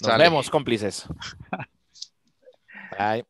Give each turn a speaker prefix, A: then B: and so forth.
A: Nos
B: Sale.
A: vemos, cómplices. Bye.